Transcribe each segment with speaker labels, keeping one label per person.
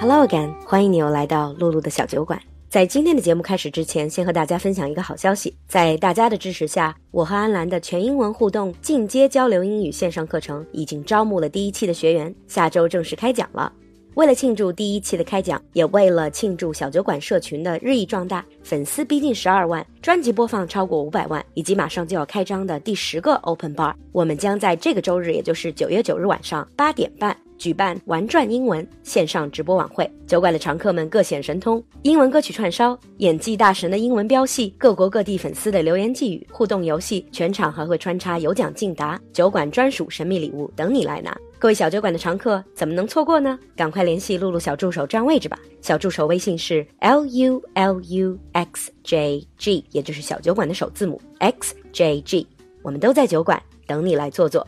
Speaker 1: Hello again，欢迎你又来到露露的小酒馆。在今天的节目开始之前，先和大家分享一个好消息。在大家的支持下，我和安澜的全英文互动进阶交流英语线上课程已经招募了第一期的学员，下周正式开讲了。为了庆祝第一期的开讲，也为了庆祝小酒馆社群的日益壮大，粉丝逼近十二万，专辑播放超过五百万，以及马上就要开张的第十个 Open Bar，我们将在这个周日，也就是九月九日晚上八点半。举办“玩转英文”线上直播晚会，酒馆的常客们各显神通，英文歌曲串烧，演技大神的英文飙戏，各国各地粉丝的留言寄语，互动游戏，全场还会穿插有奖竞答，酒馆专属神秘礼物等你来拿。各位小酒馆的常客怎么能错过呢？赶快联系露露小助手占位置吧，小助手微信是 l u l u x j g，也就是小酒馆的首字母 x j g，我们都在酒馆等你来坐坐。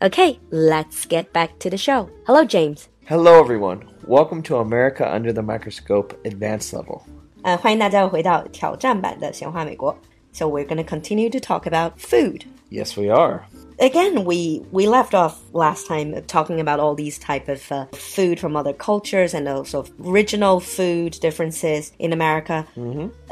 Speaker 1: Okay, let's get back to the show. Hello, James.
Speaker 2: Hello, everyone. Welcome to America Under the Microscope Advanced Level.
Speaker 1: 呃，欢迎大家回到挑战版的闲话美国。So we're going to continue to talk about food.
Speaker 2: Yes, we are.
Speaker 1: Again, we we left off last time talking about all these type of uh, food from other cultures and also regional food differences in America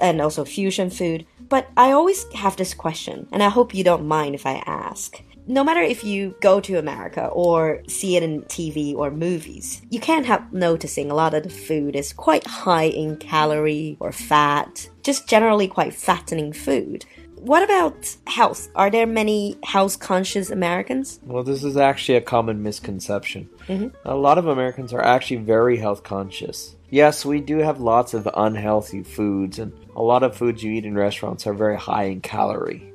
Speaker 1: and also fusion food. But I always have this question, and I hope you don't mind if I ask. No matter if you go to America or see it in TV or movies, you can't help noticing a lot of the food is quite high in calorie or fat, just generally quite fattening food. What about health? Are there many health conscious Americans?
Speaker 2: Well, this is actually a common misconception. A lot of Americans are actually very health conscious. Yes, we do have lots of unhealthy foods, and a lot of foods you eat in restaurants are very high in calorie.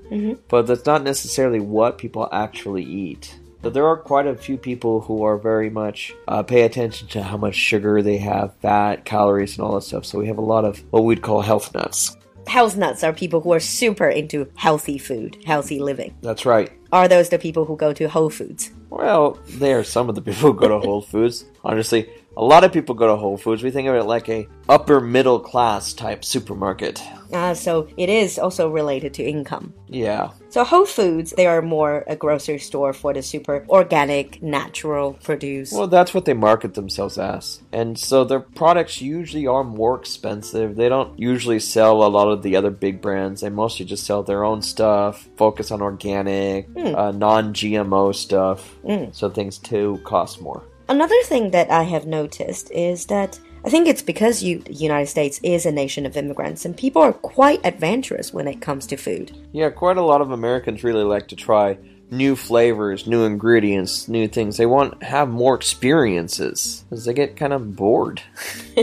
Speaker 2: But that's not necessarily what people actually eat. But there are quite a few people who are very much uh, pay attention to how much sugar they have, fat, calories, and all that stuff. So we have a lot of what we'd call health nuts.
Speaker 1: Health nuts are people who are super into healthy food, healthy living.
Speaker 2: That's right.
Speaker 1: Are those the people who go to Whole Foods?
Speaker 2: Well, they are some of the people who go to Whole Foods. Honestly, a lot of people go to Whole Foods. We think of it like a upper middle class type supermarket.
Speaker 1: Ah, so it is also related to income.
Speaker 2: Yeah.
Speaker 1: So Whole Foods, they are more a grocery store for the super organic, natural produce.
Speaker 2: Well, that's what they market themselves as. And so their products usually are more expensive. They don't usually sell a lot of the other big brands. They mostly just sell their own stuff, focus on organic, uh, non GMO stuff. So things too cost more.
Speaker 1: Another thing that I have noticed is that I think it's because you, the United States is a nation of immigrants, and people are quite adventurous when it comes to food.
Speaker 2: Yeah, quite a lot of Americans really like to try new flavors, new ingredients, new things. They want have more experiences because they get kind of bored.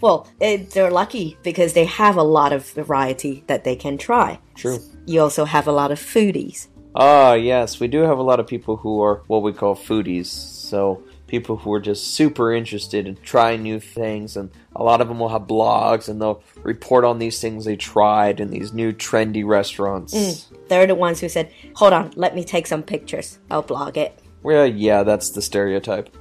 Speaker 1: Well, eh, they're lucky because they have a lot of variety that they can try.
Speaker 2: True.
Speaker 1: You also have a lot of foodies.
Speaker 2: Ah, yes, we do have a lot of people who are what we call foodies. So people who are just super interested in trying new things, and a lot of them will have blogs and they'll report on these things they tried and these new trendy restaurants.
Speaker 1: They're the ones who said, Hold on, let me take some pictures. I'll blog it.
Speaker 2: Well, yeah, that's the stereotype.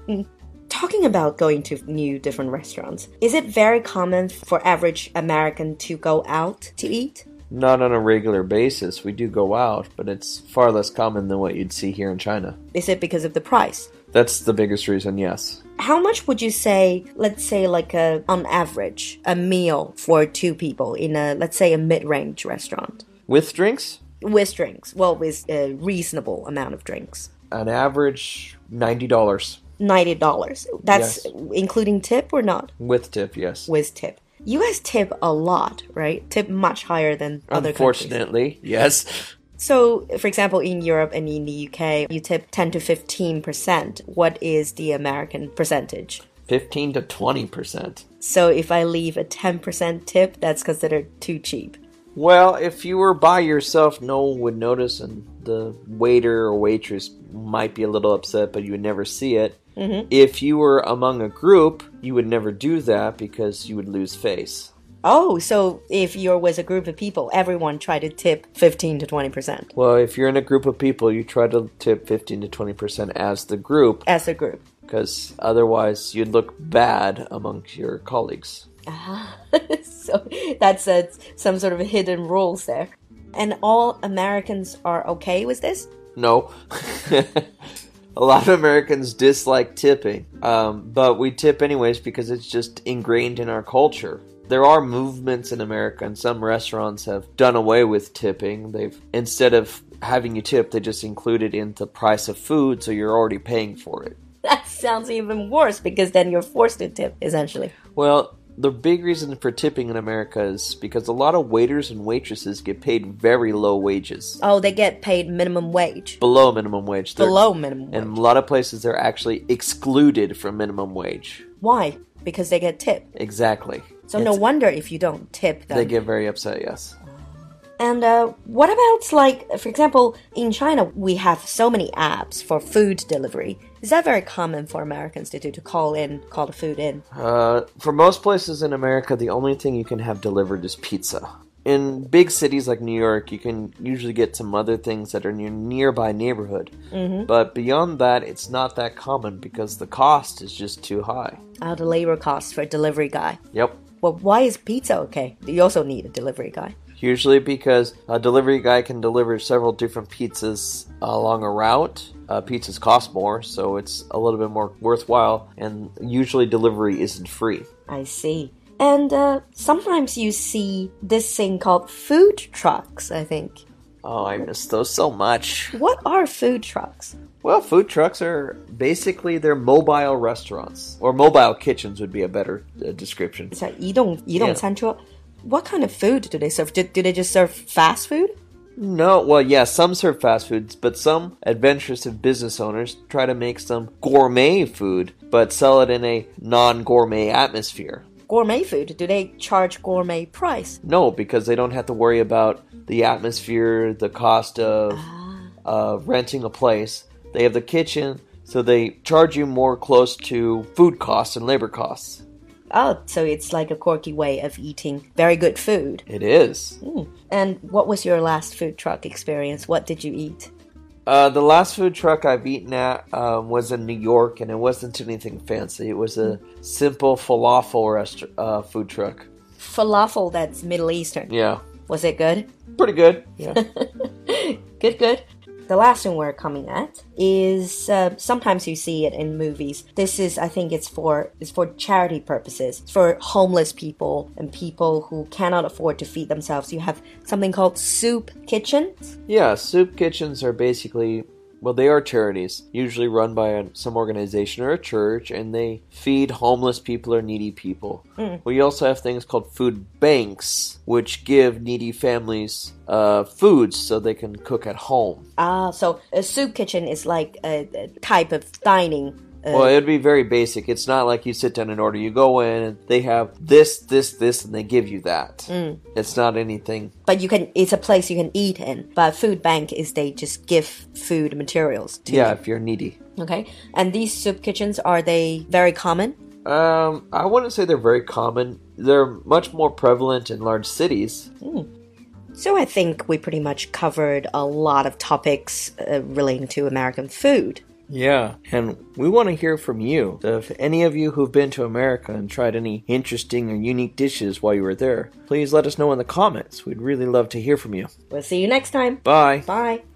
Speaker 1: Talking about going to new different restaurants, is it very common for average American to go out to eat?
Speaker 2: Not on a regular basis. We do go out, but it's far less common than what you'd see here in China.
Speaker 1: Is it because of the price?
Speaker 2: That's the biggest reason, yes.
Speaker 1: How much would you say, let's say like a on average, a meal for two people in a let's say a mid-range restaurant
Speaker 2: With drinks,
Speaker 1: with drinks, well with a reasonable amount of drinks?
Speaker 2: an average $90
Speaker 1: $90. That's
Speaker 2: Yes.
Speaker 1: including tip or not?
Speaker 2: with tip, yes.
Speaker 1: With tip. You guys tip a lot, right? Tip much higher than other countries.
Speaker 2: Unfortunately, yes.
Speaker 1: So, for example, in Europe and in the UK, you tip 10 to 15%. What is the American percentage?
Speaker 2: 15 to 20%.
Speaker 1: So, if I leave a 10% tip, that's considered too cheap.
Speaker 2: Well, if you were by yourself, no one would notice, and the waiter or waitress might be a little upset, but you would never see it.
Speaker 1: Mm-hmm.
Speaker 2: If you were among a group, you would never do that because you would lose face.
Speaker 1: Oh, so if you're with a group of people, everyone try to tip 15 to 20%
Speaker 2: Well, if you're in a group of people, you try to tip 15 to 20% as the group
Speaker 1: as a group.
Speaker 2: because otherwise you'd look bad amongst your colleagues.
Speaker 1: so, that's a, some sort of hidden rules there. And all Americans are okay with this?
Speaker 2: No. A lot of Americans dislike tipping, um, but we tip anyways because it's just ingrained in our culture. There are movements in America, and some restaurants have done away with tipping. They've instead of having you tip, they just include it in the price of food, so you're already paying for it.
Speaker 1: That sounds even worse because then you're forced to tip, essentially.
Speaker 2: Well, the big reason for tipping in America is because a lot of waiters and waitresses get paid very low wages,
Speaker 1: Oh, they get paid minimum wage,
Speaker 2: below minimum wage. They're-
Speaker 1: below minimum wage.
Speaker 2: And a lot of places they're actually excluded from minimum wage.
Speaker 1: Why? Because they get tip.
Speaker 2: Exactly.
Speaker 1: So no
Speaker 2: It's-
Speaker 1: wonder if you don't tip them.
Speaker 2: They get very upset, yes.
Speaker 1: And uh, what about like, for example, in China we have so many apps for food delivery. Is that very common for Americans to do to call in, call the food in?
Speaker 2: Uh, for most places in America, the only thing you can have delivered is pizza. In big cities like New York, you can usually get some other things that are in your nearby neighborhood. But beyond that, it's not that common because the cost is just too high.
Speaker 1: Uh, the labor costs for a delivery guy.
Speaker 2: Yep.
Speaker 1: Well, why is pizza okay? You also need a delivery guy.
Speaker 2: Usually because a delivery guy can deliver several different pizzas along a route. Uh, pizzas cost more, so it's a little bit more worthwhile, and usually delivery isn't free.
Speaker 1: I see. And uh, sometimes you see this thing called food trucks. I think.
Speaker 2: Oh, I miss those so much.
Speaker 1: What are food trucks?
Speaker 2: Well, food trucks are basically they're mobile restaurants, or mobile kitchens would be a better uh, description.
Speaker 1: It's like 移动移动餐车. What kind of food do they serve? Do, do they just serve fast food?
Speaker 2: No, well, yeah, some serve fast foods, but some adventurous business owners try to make some gourmet food, but sell it in a non gourmet atmosphere.
Speaker 1: Gourmet food? Do they charge gourmet price?
Speaker 2: No, because they don't have to worry about the atmosphere, the cost of uh, renting a place. They have the kitchen, so they charge you more close to food costs and labor costs.
Speaker 1: Oh, so it's like a quirky way of eating very good food.
Speaker 2: It is.
Speaker 1: And what was your last food truck experience? What did you eat?
Speaker 2: Uh, the last food truck I've eaten at um, was in New York, and it wasn't anything fancy. It was a simple falafel rest- uh, food truck.
Speaker 1: Falafel that's Middle Eastern.
Speaker 2: Yeah,
Speaker 1: Was it good?
Speaker 2: pretty good. Yeah.
Speaker 1: Good, good. The last one we're coming at is uh, sometimes you see it in movies. This is, I think, it's for it's for charity purposes. It's for homeless people and people who cannot afford to feed themselves. You have something called soup kitchens.
Speaker 2: Yeah, soup kitchens are basically, well, they are charities, usually run by an- some organization or a church, and they feed homeless people or needy people. We also have things called food banks, which give needy families uh, foods so they can cook at home.
Speaker 1: Ah, so a soup kitchen is like a, a type of dining. Uh,
Speaker 2: Well, it'd be very basic. It's not like you sit down and order. You go in and they have this, this, this, and they give you that. It's not anything.
Speaker 1: but you can it's a place you can eat in but food bank is they just give food materials to
Speaker 2: Yeah, if you're needy.
Speaker 1: you okay and these soup kitchens are they very common
Speaker 2: Um, I wouldn't say they're very common. They're much more prevalent in large cities.
Speaker 1: so i think we pretty much covered a lot of topics uh, relating to american food
Speaker 2: Yeah, and we want to hear from you. So If any of you who've been to America and tried any interesting or unique dishes while you were there, please let us know in the comments. We'd really love to hear from you.
Speaker 1: we'll see you next time
Speaker 2: Bye.
Speaker 1: bye